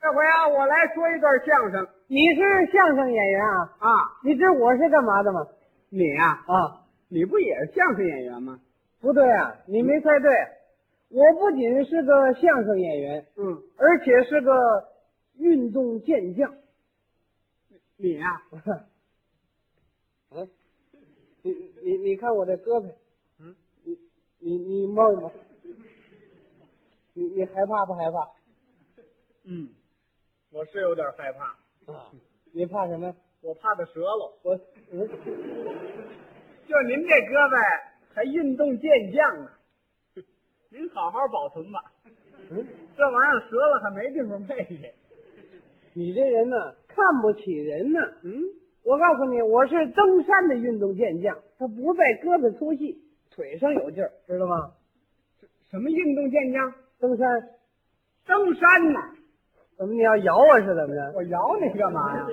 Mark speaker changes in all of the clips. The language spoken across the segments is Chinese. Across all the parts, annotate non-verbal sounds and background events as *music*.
Speaker 1: 这回啊，我来说一段相声
Speaker 2: 你是相声演员啊？
Speaker 1: 啊。
Speaker 2: 你知我是干嘛的吗？
Speaker 1: 你呀、
Speaker 2: 啊，
Speaker 1: 你不也是相声演员吗？
Speaker 2: 不对啊，你没猜对。我不仅是个相声演员，
Speaker 1: 嗯，
Speaker 2: 而且是个运动健将。 *laughs*
Speaker 1: 你啊呀、
Speaker 2: 哎，你你你看我这胳膊，
Speaker 1: 嗯，
Speaker 2: 你你你摸一摸，你你害怕不害怕？
Speaker 1: 嗯，我是有点害怕，
Speaker 2: 啊，你怕什么？
Speaker 1: 我怕它折了。
Speaker 2: 我，嗯，
Speaker 1: 就您这胳膊还运动健将啊呢，您好好保存吧，
Speaker 2: 嗯
Speaker 1: 这玩意儿折了还没地方配去。
Speaker 2: 你这人呢，看不起人呢。
Speaker 1: 嗯，
Speaker 2: 我告诉你，我是登山的运动健将，他不在胳膊粗细，腿上有劲儿，知道吗？
Speaker 1: 什么运动健将？
Speaker 2: 登山
Speaker 1: 登山呢？
Speaker 2: 怎么你要啊咬我是怎么着？
Speaker 1: 我咬你干嘛呀？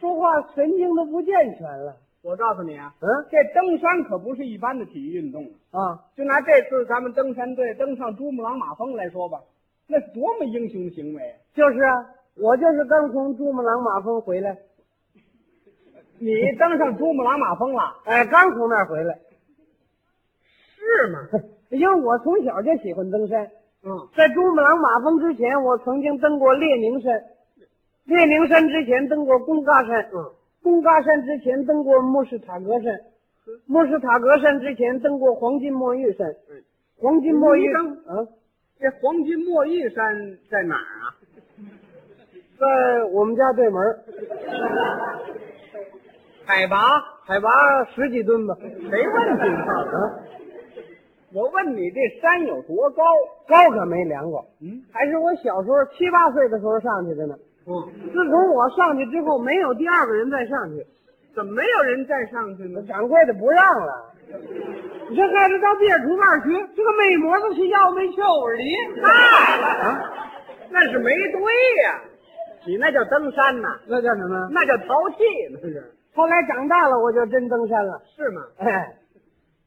Speaker 2: 说话神经都不健全了。
Speaker 1: 我告诉你啊，
Speaker 2: 嗯
Speaker 1: 这登山可不是一般的体育运动啊。
Speaker 2: 啊，
Speaker 1: 就拿这次咱们登山队登上珠穆朗玛峰来说吧，那是多么英雄行为啊！
Speaker 2: 就是啊，我就是刚从珠穆朗玛峰回来，
Speaker 1: 你登上珠穆朗玛峰了，
Speaker 2: 哎，刚从那儿回来， *laughs*
Speaker 1: 是吗？
Speaker 2: 因为我从小就喜欢登山。
Speaker 1: 嗯，
Speaker 2: 在珠穆朗玛峰之前，我曾经登过列宁山，列宁山之前登过贡嘎山，
Speaker 1: 嗯，
Speaker 2: 贡嘎山之前登过莫什塔格山，莫什塔格山之前登过黄金墨玉山，黄金墨玉
Speaker 1: 你登
Speaker 2: 啊，
Speaker 1: 这黄金墨玉山在哪儿啊？
Speaker 2: 在我们家对门儿，
Speaker 1: *laughs* 海拔？
Speaker 2: 海拔十几吨吧。
Speaker 1: 谁问你呢？
Speaker 2: 啊，
Speaker 1: 我问你这山有多高？
Speaker 2: 高可没量过，
Speaker 1: 嗯
Speaker 2: 还是我小时候七八岁的时候上去的呢。
Speaker 1: 嗯，
Speaker 2: 自从我上去之后，没有第二个人再上去，
Speaker 1: 怎么没有人再上去呢？
Speaker 2: 掌柜的不让了。你这孩子到毕业图那去，这个美模子是要没笑我离。
Speaker 1: 嗨、
Speaker 2: 啊
Speaker 1: 那是没对呀、你那叫登山呐、
Speaker 2: 那叫什么？
Speaker 1: 那叫淘气，那是
Speaker 2: 后来长大了，我就真登山了。
Speaker 1: 是吗？
Speaker 2: 哎，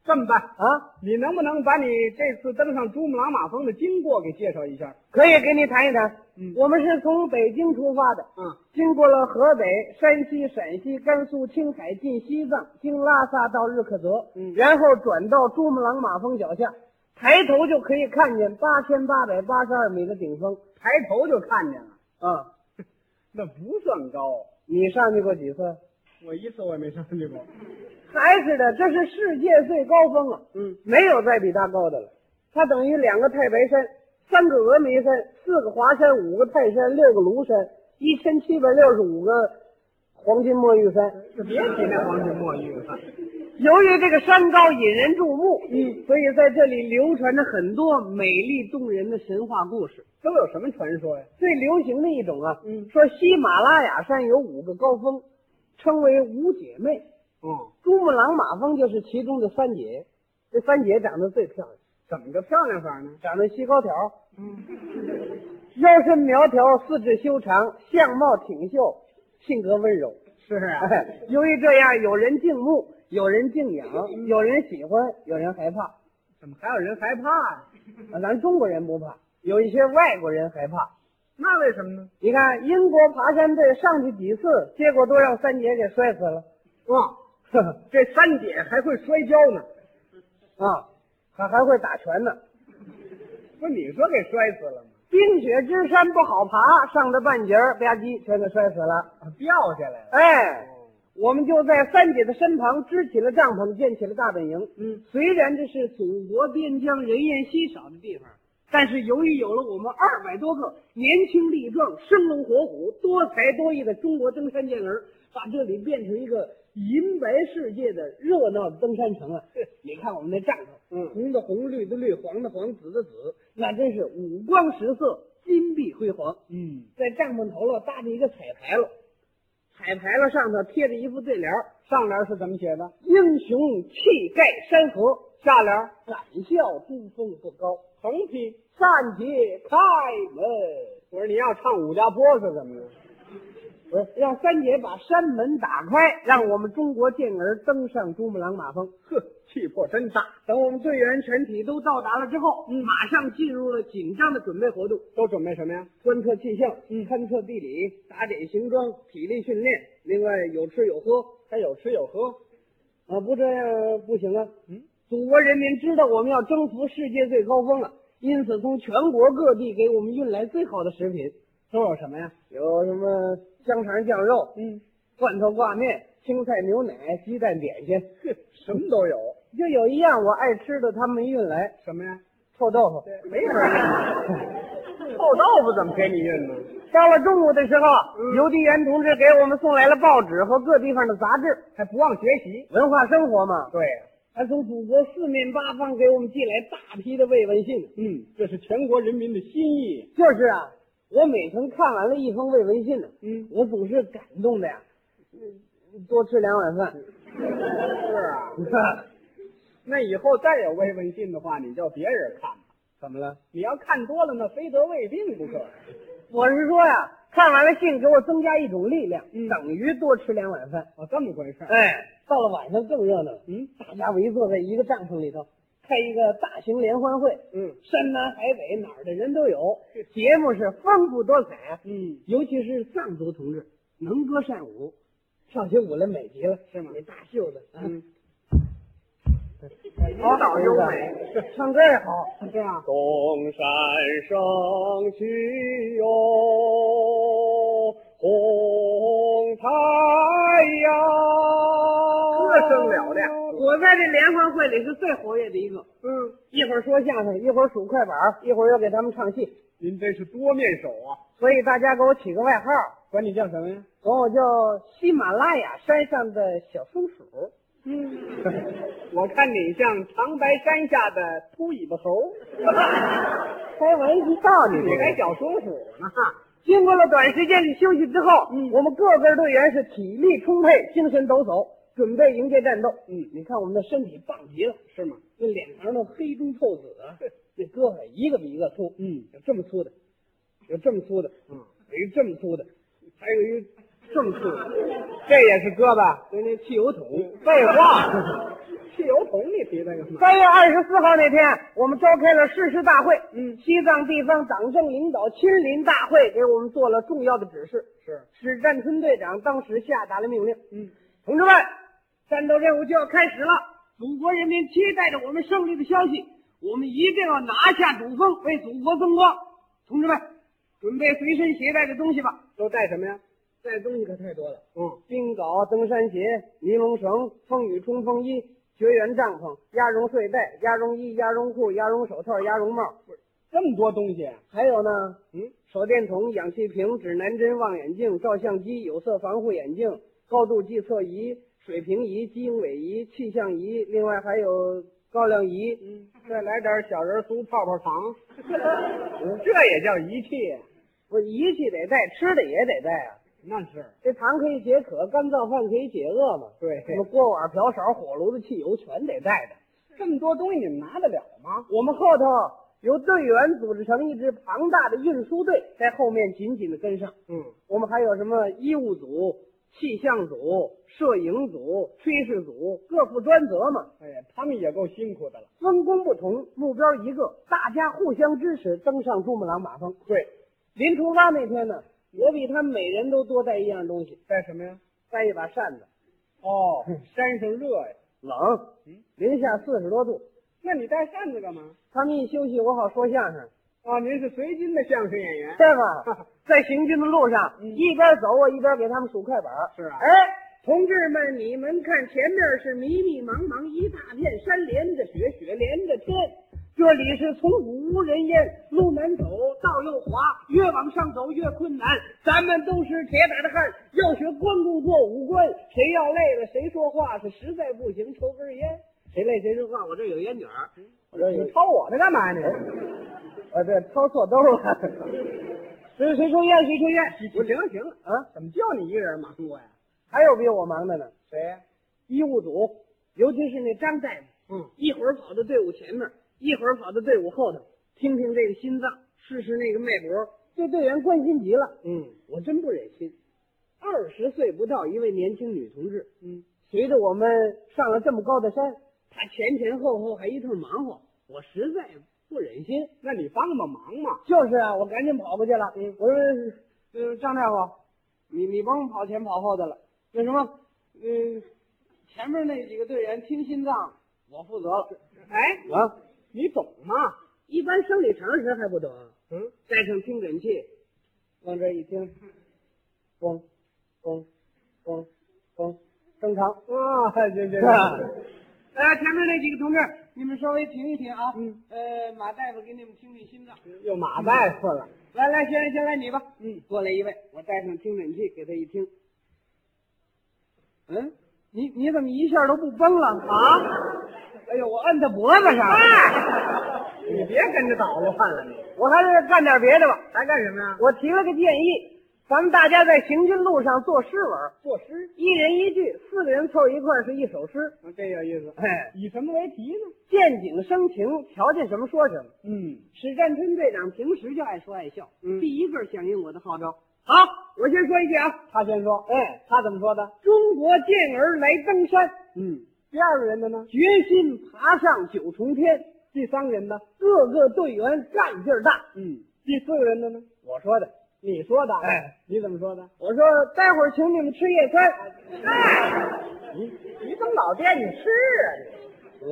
Speaker 1: 这么办，
Speaker 2: 啊，
Speaker 1: 你能不能把你这次登上珠穆朗玛峰的经过给介绍一下？
Speaker 2: 可以给你谈一谈。
Speaker 1: 嗯
Speaker 2: 我们是从北京出发的，
Speaker 1: 嗯，
Speaker 2: 经过了河北、山西、陕西、甘肃、青海，进西藏，经拉萨到日喀则，
Speaker 1: 嗯
Speaker 2: 然后转到珠穆朗玛峰脚下，抬头就可以看见八千八百八十二米的顶峰。
Speaker 1: 抬头就看见了，
Speaker 2: 啊，
Speaker 1: 那不算高。
Speaker 2: 你上去过几次？
Speaker 1: 我一次我也没上去过。
Speaker 2: 还是的，这是世界最高峰啊，
Speaker 1: 嗯，
Speaker 2: 没有再比它高的了。它等于两个太白山，三个峨眉山，四个华山，五个泰山，六个庐山，一千七百六十五个黄金墨玉山。
Speaker 1: 就别提那黄金墨玉了。
Speaker 2: 由于这个山高引人注目，嗯，所以在这里流传着很多美丽动人的神话故事。
Speaker 1: 都有什么传说呀？
Speaker 2: 最流行的一种啊，
Speaker 1: 嗯
Speaker 2: 说喜马拉雅山有五个高峰，称为五姐妹，
Speaker 1: 哦，
Speaker 2: 珠穆朗玛峰就是其中的三姐，这三姐长得最漂亮。
Speaker 1: 怎么个漂亮法呢？
Speaker 2: 长得细高条，
Speaker 1: 嗯
Speaker 2: 腰身苗条，四肢修长，相貌挺秀，性格温柔。
Speaker 1: 是啊，
Speaker 2: *laughs* 由于这样，有人敬慕，有人敬仰，有人喜欢，有人害怕。
Speaker 1: 怎么还有人害怕呀、
Speaker 2: 啊咱中国人不怕，有一些外国人害怕。
Speaker 1: 那为什么呢？
Speaker 2: 你看，英国爬山队上去几次，结果都让三姐给摔死了。 *laughs*
Speaker 1: 哦，这三姐还会摔跤呢，
Speaker 2: 啊，还还会打拳呢。
Speaker 1: 不是你说给摔死了吗？
Speaker 2: 冰雪之山不好爬，上到半截儿吧唧全给摔死了。
Speaker 1: 啊掉下来了。
Speaker 2: 哎，我们就在三姐的身旁支起了帐篷，建起了大本营。
Speaker 1: 嗯，
Speaker 2: 虽然这是祖国边疆人烟稀少的地方，但是由于有了我们二百多个年轻力壮、生龙活虎、多才多艺的中国登山健儿，把这里变成一个银白世界的热闹的登山
Speaker 1: *laughs*
Speaker 2: 城啊！你看我们那帐篷，
Speaker 1: 嗯
Speaker 2: 红的红，绿的绿，黄的黄，紫的紫，那真是五光十色，金碧辉煌。
Speaker 1: 嗯，
Speaker 2: 在帐篷头了搭着一个彩排了，彩排了上头贴着一副对联儿，
Speaker 1: 上联是怎么写的？
Speaker 2: 英雄气盖山河，
Speaker 1: 下联儿
Speaker 2: 敢笑珠峰不高，
Speaker 1: 横批。
Speaker 2: 暂且开门。
Speaker 1: 我说你要唱武家坡是怎么着？不是
Speaker 2: 让三姐把山门打开，让我们中国健儿登上珠穆朗玛峰。
Speaker 1: 呵，气魄真大，嗯
Speaker 2: 等我们队员全体都到达了之后，马上进入了紧张的准备活动。
Speaker 1: 都准备什么呀？
Speaker 2: 观测气象，
Speaker 1: 嗯
Speaker 2: 勘测地理，打点行装，体力训练，另外有吃有喝，
Speaker 1: 还有吃有喝，
Speaker 2: 啊，不这样不行啊！
Speaker 1: 嗯，
Speaker 2: 祖国人民知道我们要征服世界最高峰了，因此从全国各地给我们运来最好的食品，
Speaker 1: 都有什么呀？
Speaker 2: 有什么香肠酱肉、
Speaker 1: 嗯，
Speaker 2: 罐头挂面、青菜牛奶、鸡蛋点心，
Speaker 1: 呵，什么都有。
Speaker 2: *laughs* 就有一样我爱吃的，他们没运来
Speaker 1: 什么呀？
Speaker 2: 臭豆腐。
Speaker 1: 没人儿 *laughs* 运，臭豆腐怎么给你运呢？
Speaker 2: 到了中午的时候，
Speaker 1: 嗯
Speaker 2: 邮递员同志给我们送来了报纸和各地方的杂志，
Speaker 1: 还不忘学习。
Speaker 2: 文化生活嘛，
Speaker 1: 对呀、
Speaker 2: 还从祖国四面八方给我们寄来大批的慰问信。
Speaker 1: 嗯，这是全国人民的心意。
Speaker 2: 就是啊，我每逢看完了一封慰问信呢，
Speaker 1: 嗯
Speaker 2: 我总是感动的呀，嗯多吃两碗饭。
Speaker 1: 是 *laughs* 啊，那以后再有慰问信的话，你叫别人看吧。
Speaker 2: 怎么了？
Speaker 1: 你要看多了，那非得胃病不可。
Speaker 2: 我是说呀，看完了信给我增加一种力量，
Speaker 1: 嗯
Speaker 2: 等于多吃两碗饭。
Speaker 1: 哦，这么回事儿。
Speaker 2: 哎，到了晚上更热闹，
Speaker 1: 嗯
Speaker 2: 大家围坐在一个帐篷里头，开一个大型联欢会，
Speaker 1: 嗯
Speaker 2: 山南海北哪儿的人都有，节目是丰富多彩，啊
Speaker 1: 嗯，
Speaker 2: 尤其是藏族同志能歌善舞，跳起舞来美极了，
Speaker 1: 是吗
Speaker 2: 那大袖子，啊
Speaker 1: 嗯，
Speaker 2: 好
Speaker 1: 导优美，
Speaker 2: 唱歌也好，是吧？
Speaker 1: 东山上去哟，红太阳歌声嘹亮。
Speaker 2: 哦我在这联欢会里是最活跃的一个，
Speaker 1: 嗯，
Speaker 2: 一会儿说相声，一会儿数快板，一会儿又给他们唱戏，
Speaker 1: 您真是多面手啊！
Speaker 2: 所以大家给我起个外号，
Speaker 1: 管你叫什么呀？
Speaker 2: 管我叫喜马拉雅山上的小松鼠。嗯 *laughs*
Speaker 1: 我看你像长白山下的秃尾巴猴，
Speaker 2: *laughs* 开玩笑，你
Speaker 1: 你
Speaker 2: 这
Speaker 1: 还
Speaker 2: 个。
Speaker 1: 小松鼠呢。
Speaker 2: 经过了短时间的休息之后，我们各个队员是体力充沛，精神抖擞，准备迎接战斗。
Speaker 1: 嗯
Speaker 2: 你看我们的身体棒极了，
Speaker 1: 是吗？
Speaker 2: 那脸庞都黑中透紫啊，那胳膊一个比一个粗，
Speaker 1: 嗯
Speaker 2: 有这么粗的，有这么粗的，
Speaker 1: 嗯，
Speaker 2: 有一这么粗的，还有一这么粗
Speaker 1: *laughs*
Speaker 2: 的，
Speaker 1: 这也是胳膊。
Speaker 2: 就那汽油桶。
Speaker 1: 废 *laughs* 话，汽油桶你提它干嘛？
Speaker 2: 三月二十四号那天，我们召开了誓师大会，
Speaker 1: 嗯
Speaker 2: 西藏地方党政领导亲临大会，给我们做了重要的指示。
Speaker 1: 是，
Speaker 2: 史占春队长当时下达了命令：
Speaker 1: 嗯，
Speaker 2: 同志们，战斗任务就要开始了，祖国人民期待着我们胜利的消息，我们一定要拿下主峰，为祖国增光。同志们，准备随身携带的东西吧，
Speaker 1: 都带什么呀？
Speaker 2: 带东西可太多了：
Speaker 1: 嗯，
Speaker 2: 冰镐、登山鞋、尼龙绳、风雨冲锋衣、绝缘帐篷、鸭绒睡袋、鸭绒衣、鸭绒裤、鸭绒手套、鸭绒帽，
Speaker 1: 这么多东西。
Speaker 2: 还有呢，
Speaker 1: 嗯，
Speaker 2: 手电筒、氧气瓶、指南针、望远镜、照相机、有色防护眼镜、高度计测仪、水平仪、机影尾仪、气象仪，另外还有高粱仪。
Speaker 1: 嗯，再来点小人酥泡泡糖， *laughs* 这也叫仪器？
Speaker 2: 不是仪器得带，吃的也得带啊。
Speaker 1: 那是
Speaker 2: 这糖可以解渴，干燥饭可以解饿嘛。
Speaker 1: 对
Speaker 2: 什么锅碗瓢勺、火炉子、汽油全得带着。
Speaker 1: 这么多东西，你们拿得了吗？
Speaker 2: 我们后头由队员组织成一支庞大的运输队，在后面紧紧的跟上。
Speaker 1: 嗯，
Speaker 2: 我们还有什么医务组、气象组、摄影组、炊事组，各负专责嘛，
Speaker 1: 哎呀，他们也够辛苦的了。
Speaker 2: 分工不同，目标一个，大家互相支持，登上珠穆朗玛峰。
Speaker 1: 对，
Speaker 2: 临出发那天呢，我比他们每人都多带一样东西，
Speaker 1: 带什么呀？
Speaker 2: 带一把扇子，
Speaker 1: 哦，山上热呀。
Speaker 2: 冷
Speaker 1: 嗯，
Speaker 2: 零下四十多度。
Speaker 1: 那你带扇子干嘛？
Speaker 2: 他们一休息，我好说相声，
Speaker 1: 啊，您是随军的相声演员。
Speaker 2: 对吧？在行军的路上，
Speaker 1: 嗯
Speaker 2: 一边走我一边给他们数快板。
Speaker 1: 是啊
Speaker 2: 哎，同志们，你们看前面是迷迷茫茫一大片山，连着雪，雪连着天。这里是从古无人烟，路难走，道又滑，越往上走越困难。咱们都是铁打的汉，要学关公过五关。谁要累了谁说话，是实在不行抽根烟。谁累谁说话，我这有烟卷儿，我这有
Speaker 1: 你抄我的干嘛呢？
Speaker 2: 啊，这掏错兜了。 *laughs* 谁谁抽烟谁抽烟
Speaker 1: 我行了行了，
Speaker 2: 啊？
Speaker 1: 怎么就你一人忙活呀？
Speaker 2: 还有比我忙的呢，
Speaker 1: 谁呀？
Speaker 2: 医务组，尤其是那张大夫，
Speaker 1: 嗯，
Speaker 2: 一会儿跑到队伍前面，一会儿跑到队伍后头，听听这个心脏，试试那个脉搏，对队员关心极了。
Speaker 1: 嗯，
Speaker 2: 我真不忍心，二十岁不到一位年轻女同志，
Speaker 1: 嗯，
Speaker 2: 随着我们上了这么高的山，她前前后后还一通忙活，我实在不忍心。
Speaker 1: 那你帮帮忙嘛。
Speaker 2: 就是啊，我赶紧跑过去了。
Speaker 1: 嗯
Speaker 2: 我说，呃，张大夫，你你甭跑前跑后的了，那什么，嗯、前面那几个队员听心脏，我负责了。
Speaker 1: 哎，
Speaker 2: 啊，
Speaker 1: 你懂吗？
Speaker 2: 一般生理常识还不懂啊，
Speaker 1: 嗯，
Speaker 2: 带上听诊器，往这一听，嗡，嗡，嗡，嗡，正常。
Speaker 1: 啊，这这
Speaker 2: 是吧？
Speaker 1: *laughs*
Speaker 2: 呃，前面那几个同志，你们稍微停一停啊。
Speaker 1: 嗯。
Speaker 2: 呃，马大夫给你们听听心脏。
Speaker 1: 又马大夫了。
Speaker 2: 来来，先来先来你吧。
Speaker 1: 嗯，
Speaker 2: 过来一位，我带上听诊器给他一听。嗯，你你怎么一下都不崩了啊？哎呦，我摁他脖子上了，
Speaker 1: 你别跟着捣乱了，你
Speaker 2: 我还是干点别的吧。
Speaker 1: 还干什么呀？
Speaker 2: 我提了个建议，咱们大家在行军路上作诗文，
Speaker 1: 作诗，
Speaker 2: 一人一句，四个人凑一块儿是一首诗。
Speaker 1: 这有意思。
Speaker 2: 哎，
Speaker 1: 以什么为题呢？
Speaker 2: 见景生情，瞧见什么说什么。
Speaker 1: 嗯，
Speaker 2: 史占春队长平时就爱说爱笑，
Speaker 1: 嗯
Speaker 2: 第一个响应我的号召。
Speaker 1: 好，
Speaker 2: 我先说一句啊，
Speaker 1: 他先说。
Speaker 2: 哎，
Speaker 1: 他怎么说的？
Speaker 2: 中国健儿来登山，
Speaker 1: 嗯，第二个人的呢？
Speaker 2: 决心爬上九重天，
Speaker 1: 第三个人的？
Speaker 2: 各个队员干劲儿大。
Speaker 1: 嗯，第四个人的呢？
Speaker 2: 我说的，
Speaker 1: 你说的？
Speaker 2: 哎，
Speaker 1: 你怎么说的？
Speaker 2: 我说待会儿请你们吃夜餐。哎
Speaker 1: 你你怎么老惦记吃啊？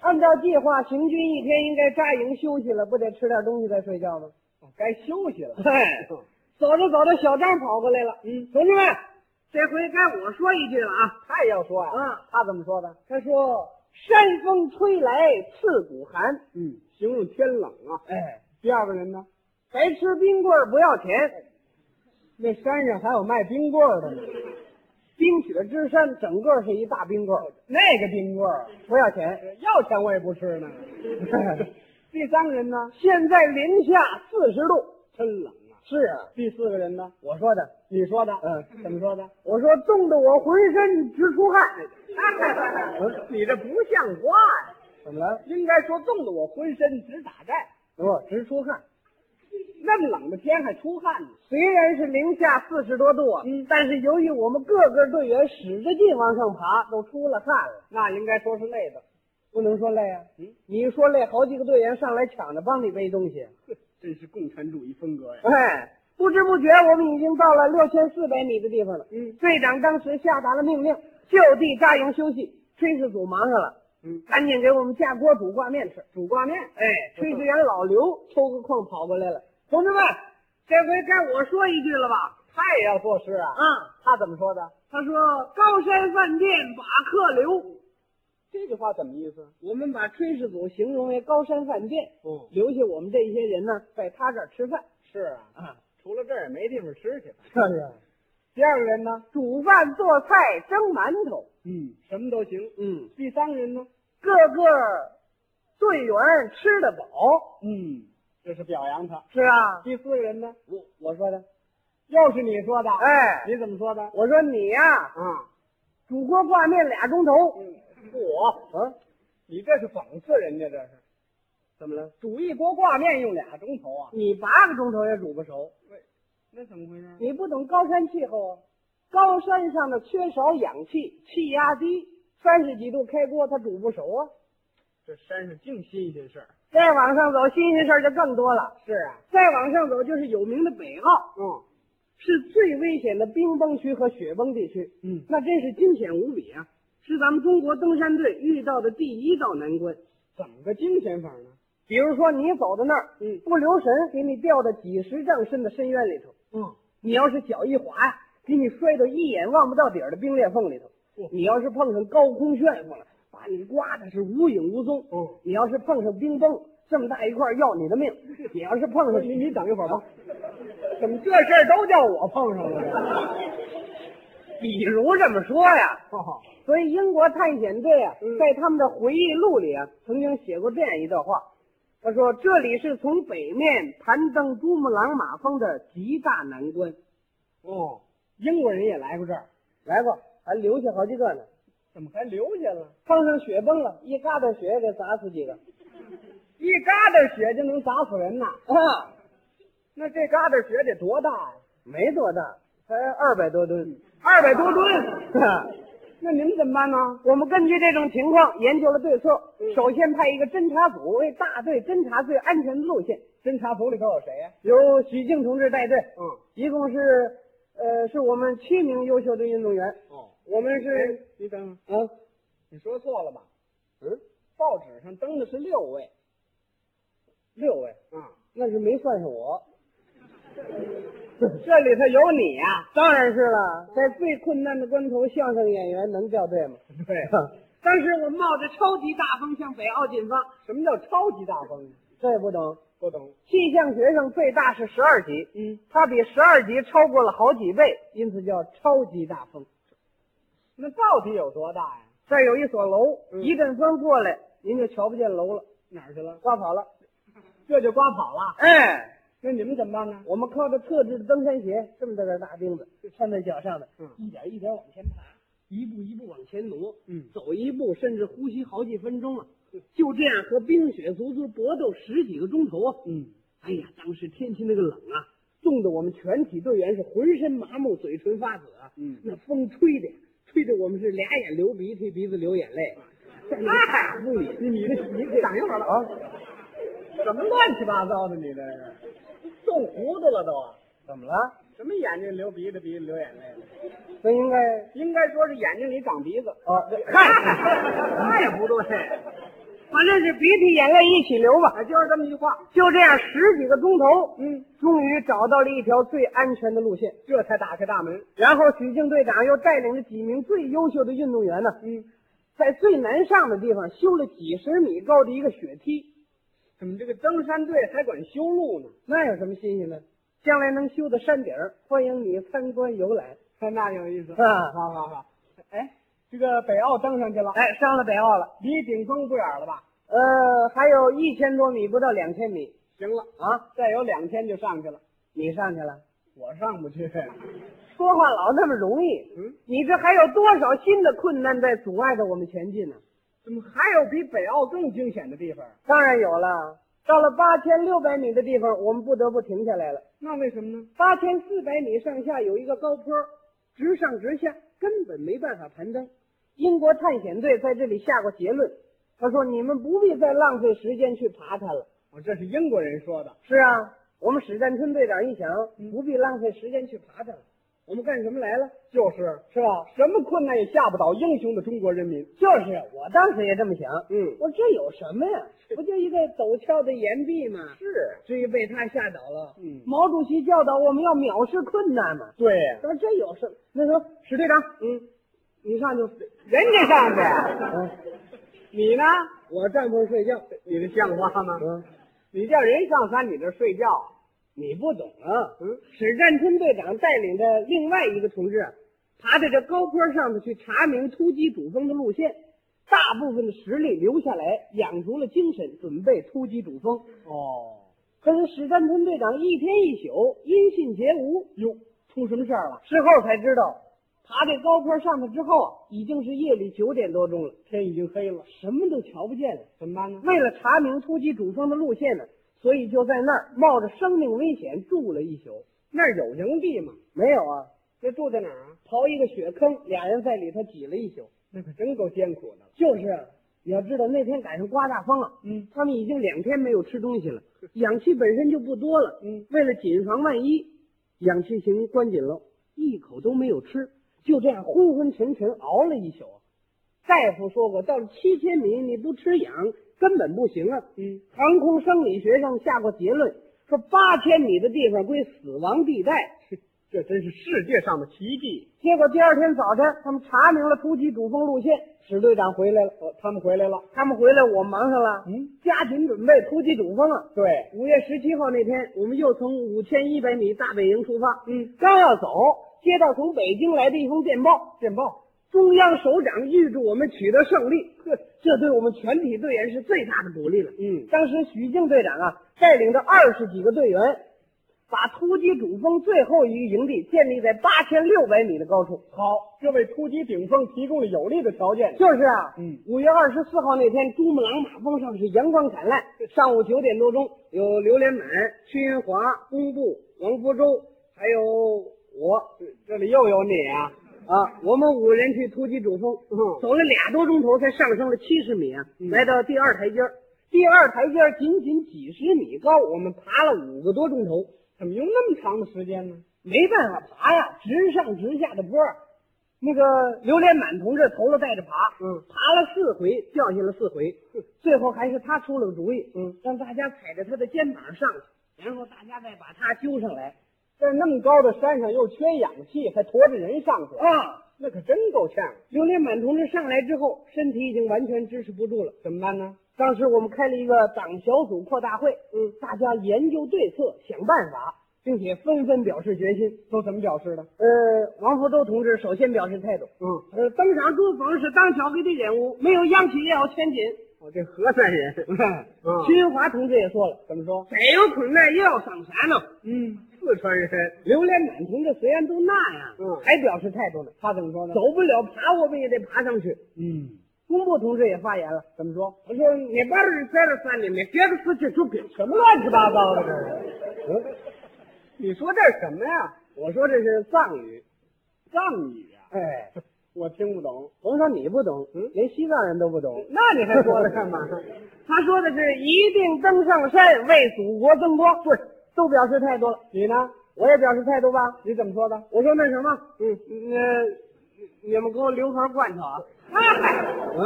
Speaker 2: 按照计划，行军一天应该扎营休息了，不得吃点东西再睡觉吗？
Speaker 1: 你哦该休息了。
Speaker 2: 哎走着走着，小张跑过来了。
Speaker 1: 嗯，
Speaker 2: 同志们，这回该我说一句了啊！
Speaker 1: 他也要说呀、
Speaker 2: 嗯
Speaker 1: 他怎么说的？
Speaker 2: 他说：“山风吹来刺骨寒。”
Speaker 1: 嗯，形容天冷啊。
Speaker 2: 哎，
Speaker 1: 第二个人呢？
Speaker 2: 白吃冰棍儿不要钱，
Speaker 1: 那山上还有卖冰棍儿的呢，
Speaker 2: 冰雪之山整个是一大冰棍儿，
Speaker 1: 那个冰棍儿
Speaker 2: 不要钱。
Speaker 1: 要钱我也不吃呢。
Speaker 2: *laughs*
Speaker 1: 第三个人呢？
Speaker 2: 现在零下四十度，
Speaker 1: *laughs* 真冷啊。
Speaker 2: 是啊，
Speaker 1: 第四个人呢？
Speaker 2: 我说的，
Speaker 1: 你说的？
Speaker 2: 嗯
Speaker 1: 怎么说的？
Speaker 2: 我说冻得我浑身直出汗。 *laughs*
Speaker 1: 你这不像话呀、
Speaker 2: 怎么了？
Speaker 1: 应该说冻得我浑身直打颤，
Speaker 2: 我直出汗。
Speaker 1: 那么冷的天还出汗呢。 *laughs*
Speaker 2: 虽然是零下四十多度啊，
Speaker 1: 嗯
Speaker 2: 但是由于我们各个队员使着劲往上爬，都出了汗了，
Speaker 1: 那应该说是累的，
Speaker 2: 不能说累啊。
Speaker 1: 嗯，
Speaker 2: 你一说累，好几个队员上来抢着帮你背东西。
Speaker 1: 真是共产主义风格呀。
Speaker 2: 哎，不知不觉我们已经到了六千四百米的地方了。
Speaker 1: 嗯
Speaker 2: 队长当时下达了命令，就地扎营休息。炊事组忙上了，
Speaker 1: 嗯，
Speaker 2: 赶紧给我们下锅煮挂面吃。
Speaker 1: 煮挂面。
Speaker 2: 哎，炊事员老刘抽个空跑过来了，同志们，这回该我说一句了吧？
Speaker 1: 他也要作诗啊？
Speaker 2: 啊，
Speaker 1: 他怎么说的？
Speaker 2: 他说高山饭店把客留，
Speaker 1: 这句话怎么意思？
Speaker 2: 我们把炊事组形容为高山饭店，
Speaker 1: 哦，
Speaker 2: 留下我们这些人呢，在他这儿吃饭。
Speaker 1: 是啊，
Speaker 2: 啊，
Speaker 1: 除了这儿也没地方吃去。
Speaker 2: 是啊，
Speaker 1: 第二个人呢？
Speaker 2: 煮饭做菜蒸馒头，
Speaker 1: 嗯，什么都行。
Speaker 2: 嗯，
Speaker 1: 第三个人呢？
Speaker 2: 各个队员吃得饱。
Speaker 1: 嗯，这是表扬他。
Speaker 2: 是啊，
Speaker 1: 第四个人呢？
Speaker 2: 我我说的，
Speaker 1: 又是你说的？
Speaker 2: 哎
Speaker 1: 你怎么说的？
Speaker 2: 我说你呀、
Speaker 1: 啊，
Speaker 2: 煮锅挂面俩钟头，
Speaker 1: 嗯，我啊，你这是讽刺人家，这是
Speaker 2: 怎么了？
Speaker 1: 煮一锅挂面用俩钟头啊？
Speaker 2: 你八个钟头也煮不熟，
Speaker 1: 那怎么回事？
Speaker 2: 你不懂高山气候啊！高山上的缺少氧气，气压低，三十几度开锅它煮不熟啊。
Speaker 1: 这山上净新鲜事儿。
Speaker 2: 再往上走，新鲜事儿就更多了。
Speaker 1: 是啊，
Speaker 2: 再往上走就是有名的北澳，
Speaker 1: 嗯
Speaker 2: 是最危险的冰崩区和雪崩地区，
Speaker 1: 嗯，
Speaker 2: 那真是惊险无比啊！是咱们中国登山队遇到的第一道难关。
Speaker 1: 怎么个精神法呢？
Speaker 2: 比如说你走到那儿，
Speaker 1: 嗯
Speaker 2: 不留神给你掉到几十丈深的深渊里头，
Speaker 1: 嗯，
Speaker 2: 你要是脚一滑呀，给你摔到一眼望不到底儿的冰裂缝里头
Speaker 1: 嚯。
Speaker 2: 你要是碰上高空旋风了，把你刮的是无影无踪。
Speaker 1: 哦
Speaker 2: 你要是碰上冰崩，这么大一块儿要你的命。你要是碰上
Speaker 1: 你你等一会儿吧，
Speaker 2: 怎么这事儿都叫我碰上了？ *laughs* 比如这么说呀，
Speaker 1: 哦，
Speaker 2: 所以英国探险队啊，
Speaker 1: 嗯
Speaker 2: 在他们的回忆录里啊，曾经写过这样一段话，他说：“这里是从北面攀登珠穆朗玛峰的极大难关。
Speaker 1: 哦，英国人也来过这儿，”
Speaker 2: 来吧，还留下好几个呢。
Speaker 1: 怎么还留下了？
Speaker 2: 碰上雪崩了，一疙瘩雪给砸死几个。
Speaker 1: 一疙瘩雪就能砸死人呐？
Speaker 2: 啊，
Speaker 1: 那这疙瘩雪得多大呀、
Speaker 2: 没多大，才二百多吨。
Speaker 1: 二百多吨。那你们怎么办呢？
Speaker 2: 我们根据这种情况研究了对策，
Speaker 1: 嗯
Speaker 2: 首先派一个侦察组为大队侦察最安全的路线，
Speaker 1: 侦察组里头有谁呀、
Speaker 2: 由许静同志带队，
Speaker 1: 嗯，
Speaker 2: 一共是，呃，是我们七名优秀的运动员，
Speaker 1: 哦，
Speaker 2: 我们
Speaker 1: 哎
Speaker 2: 是，
Speaker 1: 你等会儿，
Speaker 2: 啊，
Speaker 1: 你说错了吧？嗯，报纸上登的是六位。
Speaker 2: 六位，
Speaker 1: 啊，
Speaker 2: 那是没算上我，
Speaker 1: *laughs* 这里头有你呀、
Speaker 2: 当然是了，在最困难的关头，相声演员能掉队吗？
Speaker 1: *laughs* 对，
Speaker 2: *laughs* 当时我冒着超级大风向北澳进发，
Speaker 1: 什么叫超级大风？
Speaker 2: 这不懂。
Speaker 1: 不懂。
Speaker 2: 气象学上最大是十二级，
Speaker 1: 嗯，
Speaker 2: 它比十二级超过了好几倍，因此叫超级大风。
Speaker 1: 那到底有多大呀、
Speaker 2: 这儿有一所楼，
Speaker 1: 嗯
Speaker 2: 一阵风过来，您就瞧不见楼了，
Speaker 1: 哪儿去了？
Speaker 2: 刮跑了。
Speaker 1: *laughs* 这就刮跑了。
Speaker 2: 哎，
Speaker 1: 那你们怎么办呢？
Speaker 2: 我们靠着特制的登山鞋，这么大个大钉子穿在脚上的，
Speaker 1: 嗯
Speaker 2: 一点一点往前爬，一步一步往前挪，
Speaker 1: 嗯
Speaker 2: 走一步甚至呼吸好几分钟啊，就这样和冰雪足足搏斗十几个钟头啊。
Speaker 1: 嗯，
Speaker 2: 哎呀，当时天气那个冷啊，冻得我们全体队员是浑身麻木，嘴唇发紫啊。
Speaker 1: 嗯
Speaker 2: 那风吹的呀，吹得我们是俩眼流鼻涕，鼻子流眼泪。在那大风里，
Speaker 1: 哎
Speaker 2: *laughs*
Speaker 1: 你这你这
Speaker 2: 等一会儿了啊！
Speaker 1: 什么乱七八糟的？你这是冻糊涂了都啊！
Speaker 2: 怎么了？
Speaker 1: 什么眼睛流鼻子，鼻子流眼泪的？
Speaker 2: 那应该
Speaker 1: 应该说是眼睛里长鼻子。 *laughs*
Speaker 2: 啊，
Speaker 1: 嗨，那也不对，
Speaker 2: 反正是鼻涕眼泪一起流吧。
Speaker 1: 哎，就是这么一话。
Speaker 2: 就这样十几个钟头，
Speaker 1: 嗯，
Speaker 2: 终于找到了一条最安全的路线。
Speaker 1: 这才打开大门。
Speaker 2: 然后许静队长又带领着几名最优秀的运动员呢，
Speaker 1: 嗯，
Speaker 2: 在最难上的地方修了几十米高的一个雪梯，
Speaker 1: 怎么这个登山队还管修路呢？
Speaker 2: 那有什么新鲜的？将来能修到山顶儿，欢迎你参观游览。
Speaker 1: 看那有意思。
Speaker 2: 啊
Speaker 1: 好好好。哎，这个北澳登上去了，
Speaker 2: 哎，上了北澳了，
Speaker 1: 离顶峰不远了吧？
Speaker 2: 呃，还有一千多米，不到两千米
Speaker 1: *laughs* 行了，
Speaker 2: 啊，
Speaker 1: 再有两天就上去了。
Speaker 2: 你上去了。
Speaker 1: 我上不去。
Speaker 2: 说话老那么容易，
Speaker 1: 嗯，
Speaker 2: 你这还有多少新的困难在阻碍着我们前进呢、
Speaker 1: 怎么还有比北澳更惊险的地方？
Speaker 2: 当然有了，到了八千六百米的地方，我们不得不停下来了。
Speaker 1: *laughs* 那为什么呢？
Speaker 2: 八千四百米上下有一个高坡，直上直下，根本没办法攀登。英国探险队在这里下过结论，他说你们不必再浪费时间去爬它了。
Speaker 1: 哦，这是英国人说的。
Speaker 2: 是啊，我们史占春队长一想
Speaker 1: 嗯，
Speaker 2: 不必浪费时间去爬它了，我们干什么来了？
Speaker 1: 就是
Speaker 2: 是吧？
Speaker 1: 什么困难也吓不倒英雄的中国人民。
Speaker 2: 就是，我当时也这么想。
Speaker 1: 嗯，
Speaker 2: 我说这有什么呀？
Speaker 1: *laughs*
Speaker 2: 不就一个陡峭的岩壁吗？
Speaker 1: 是，
Speaker 2: 至于被他吓倒了，
Speaker 1: 嗯
Speaker 2: 毛主席教导我们要藐视困难嘛。
Speaker 1: 对，啊
Speaker 2: 说这有什么？那时候史队长，
Speaker 1: 嗯，
Speaker 2: 你上去，
Speaker 1: 人家上去，
Speaker 2: 嗯，
Speaker 1: 你呢？
Speaker 2: 我站会儿睡觉。
Speaker 1: 你这像话吗？
Speaker 2: 嗯，
Speaker 1: 你叫人上山，你这睡觉。
Speaker 2: 你不懂啊。
Speaker 1: 嗯，
Speaker 2: 史占春队长带领着另外一个同志啊，爬在这高坡上头去查明突击主峰的路线，大部分的实力留下来，养足了精神，准备突击主峰。
Speaker 1: 哦，
Speaker 2: 可是史占春队长一天一宿音信皆无，
Speaker 1: 哟，出什么事儿了？
Speaker 2: 事后才知道，爬这高坡上去之后啊，已经是夜里九点多钟了，
Speaker 1: 天已经黑了，
Speaker 2: 什么都瞧不见了。
Speaker 1: 怎么办呢？
Speaker 2: 为了查明突击主峰的路线呢，所以就在那儿冒着生命危险住了一宿。
Speaker 1: 那儿有营地吗？
Speaker 2: 没有啊，
Speaker 1: 这住在哪儿啊？
Speaker 2: 刨一个雪坑，俩人在里头挤了一宿。
Speaker 1: 那可真够艰苦的了。
Speaker 2: 就是啊，你要知道那天赶上刮大风啊，
Speaker 1: 嗯
Speaker 2: 他们已经两天没有吃东西了，氧气本身就不多了。
Speaker 1: 嗯，
Speaker 2: 为了谨防万一，氧气瓶关紧了，一口都没有吃，就这样昏昏沉沉熬了一宿。啊大夫说过，到了七千米你不吃氧根本不行啊。
Speaker 1: 嗯，
Speaker 2: 航空生理学上下过结论，说八千米的地方归死亡地带。
Speaker 1: 这真是世界上的奇迹。
Speaker 2: 结果第二天早晨，他们查明了突击主峰路线，史队长回来了。
Speaker 1: 哦，他们回来了。
Speaker 2: 他们回来，我忙上了，
Speaker 1: 嗯，
Speaker 2: 加紧准备突击主峰啊。
Speaker 1: 对，
Speaker 2: 五月十七号那天，我们又从五千一百米大本营出发，
Speaker 1: 嗯，
Speaker 2: 刚要走，接到从北京来的一封电报，
Speaker 1: 电报。
Speaker 2: 中央首长预祝我们取得胜利，呵，这对我们全体队员是最大的鼓励了。
Speaker 1: 嗯，
Speaker 2: 当时许静队长啊，带领着二十几个队员，把突击主峰最后一个营地建立在八千六百米的高处。
Speaker 1: 好，这为突击顶峰提供了有利的条件。
Speaker 2: 就是啊，
Speaker 1: 嗯
Speaker 2: 五月二十四号那天，珠穆朗玛峰上是阳光灿烂。上午九点多钟，有刘连满、屈云华、工布、王福洲，还有我
Speaker 1: 这里又有你啊！
Speaker 2: 啊，我们五人去突击主峰，
Speaker 1: 嗯
Speaker 2: 走了俩多钟头才上升了七十米啊，
Speaker 1: 嗯
Speaker 2: 来到第二台阶儿。第二台阶儿仅仅几十米高，我们爬了五个多钟头，
Speaker 1: 怎么用那么长的时间呢？
Speaker 2: 没办法爬呀，直上直下的坡儿。那个榴莲满同志头了带着爬，
Speaker 1: 嗯，
Speaker 2: 爬了四回，掉下了四回，最后还是他出了个主意，
Speaker 1: 嗯，
Speaker 2: 让大家踩着他的肩膀上去，然后大家再把他揪上来。
Speaker 1: 在那么高的山上又缺氧气，还驮着人上去，
Speaker 2: 啊，
Speaker 1: 那可真够呛。
Speaker 2: 榴莲满同志上来之后，身体已经完全支持不住了。
Speaker 1: 怎么办呢？
Speaker 2: 当时我们开了一个党小组扩大会，
Speaker 1: 嗯，
Speaker 2: 大家研究对策，想办法，并且纷纷表示决心。
Speaker 1: 都怎么表示的？
Speaker 2: 呃，王福州同志首先表示态度，
Speaker 1: 嗯，
Speaker 2: 呃，登上珠峰是当小黑的任务，没有央企也要圈紧。
Speaker 1: 我这河南人，嗯
Speaker 2: 徐云华同志也说了，
Speaker 1: 怎么说？
Speaker 2: 再有困难也要上山喽。
Speaker 1: 嗯，四川人，
Speaker 2: 榴莲满同志虽然都那样，
Speaker 1: 嗯
Speaker 2: 还表示态度呢。
Speaker 1: 他怎么说呢？
Speaker 2: 走不了爬，我们也得爬上去。
Speaker 1: 嗯，
Speaker 2: 工部同志也发言了，
Speaker 1: 怎么说？
Speaker 2: 他说：“你把人在这山里面，别的事情就别
Speaker 1: 什么乱七八糟的这是？嗯，你说这是什么呀？
Speaker 2: 我说这是藏语，
Speaker 1: 藏语啊？
Speaker 2: *laughs* 哎，
Speaker 1: 我听不懂。
Speaker 2: 甭说你不懂，
Speaker 1: 嗯
Speaker 2: 连西藏人都不懂。
Speaker 1: 那你还说了干嘛？
Speaker 2: 他说的是一定登上山，为祖国增光。对，都表示态度了。
Speaker 1: 你呢？
Speaker 2: 我也表示态度吧。
Speaker 1: 你怎么说的？
Speaker 2: 我说那什么，
Speaker 1: 嗯
Speaker 2: 那呃你们给我留盒罐头啊？
Speaker 1: 嗨，
Speaker 2: 嗯，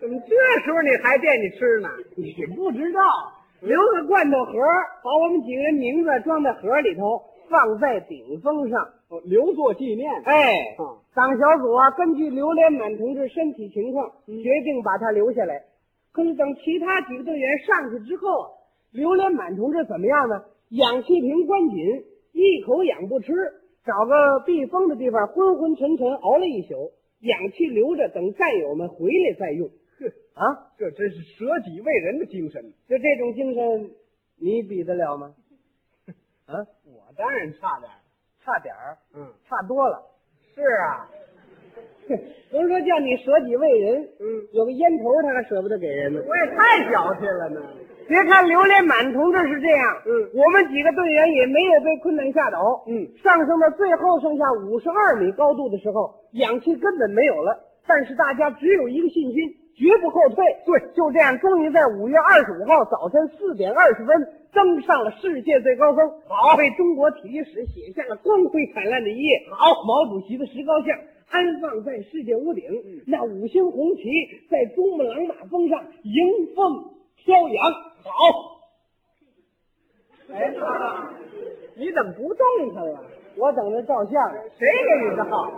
Speaker 1: 怎么这时候你还惦记吃呢？
Speaker 2: 你不知道，留个罐头盒，把我们几个人名字装在盒里头，放在顶峰上。
Speaker 1: 哦，留作纪念。
Speaker 2: 哎
Speaker 1: 嗯
Speaker 2: 党小组啊，根据榴莲满同志身体情况，
Speaker 1: 嗯
Speaker 2: 决定把他留下来。可是等其他几个队员上去之后啊，榴莲满同志怎么样呢？氧气瓶关紧，一口氧不吃，找个避风的地方昏昏沉沉熬了一宿，氧气留着等战友们回来再用。
Speaker 1: 哼，
Speaker 2: 啊，
Speaker 1: 这真是舍己为人的精神。
Speaker 2: 就这种精神，你比得了吗？啊，
Speaker 1: 我当然差点儿。
Speaker 2: 差点儿，
Speaker 1: 嗯，
Speaker 2: 差多了。
Speaker 1: 是啊。
Speaker 2: *laughs* 甭说叫你舍己为人，
Speaker 1: 嗯，
Speaker 2: 有个烟头他还舍不得给人呢。
Speaker 1: 我也太矫情了呢。
Speaker 2: 别看榴莲满同志是这样，
Speaker 1: 嗯
Speaker 2: 我们几个队员也没有被困难吓倒，
Speaker 1: 嗯，
Speaker 2: 上升到最后剩下五十二米高度的时候，氧气根本没有了，但是大家只有一个信心，绝不后退。对，就这样，终于在五月二十五号早晨四点二十分登上了世界最高峰，好，为中国体育史写下了光辉灿烂的一页。好，毛主席的石膏像。安放在世界屋顶，
Speaker 1: 嗯
Speaker 2: 那五星红旗在珠穆朗玛峰上迎风飘扬。好，
Speaker 1: 哎，你怎么不动弹了？
Speaker 2: 我等着照相呢。
Speaker 1: 谁给你的号？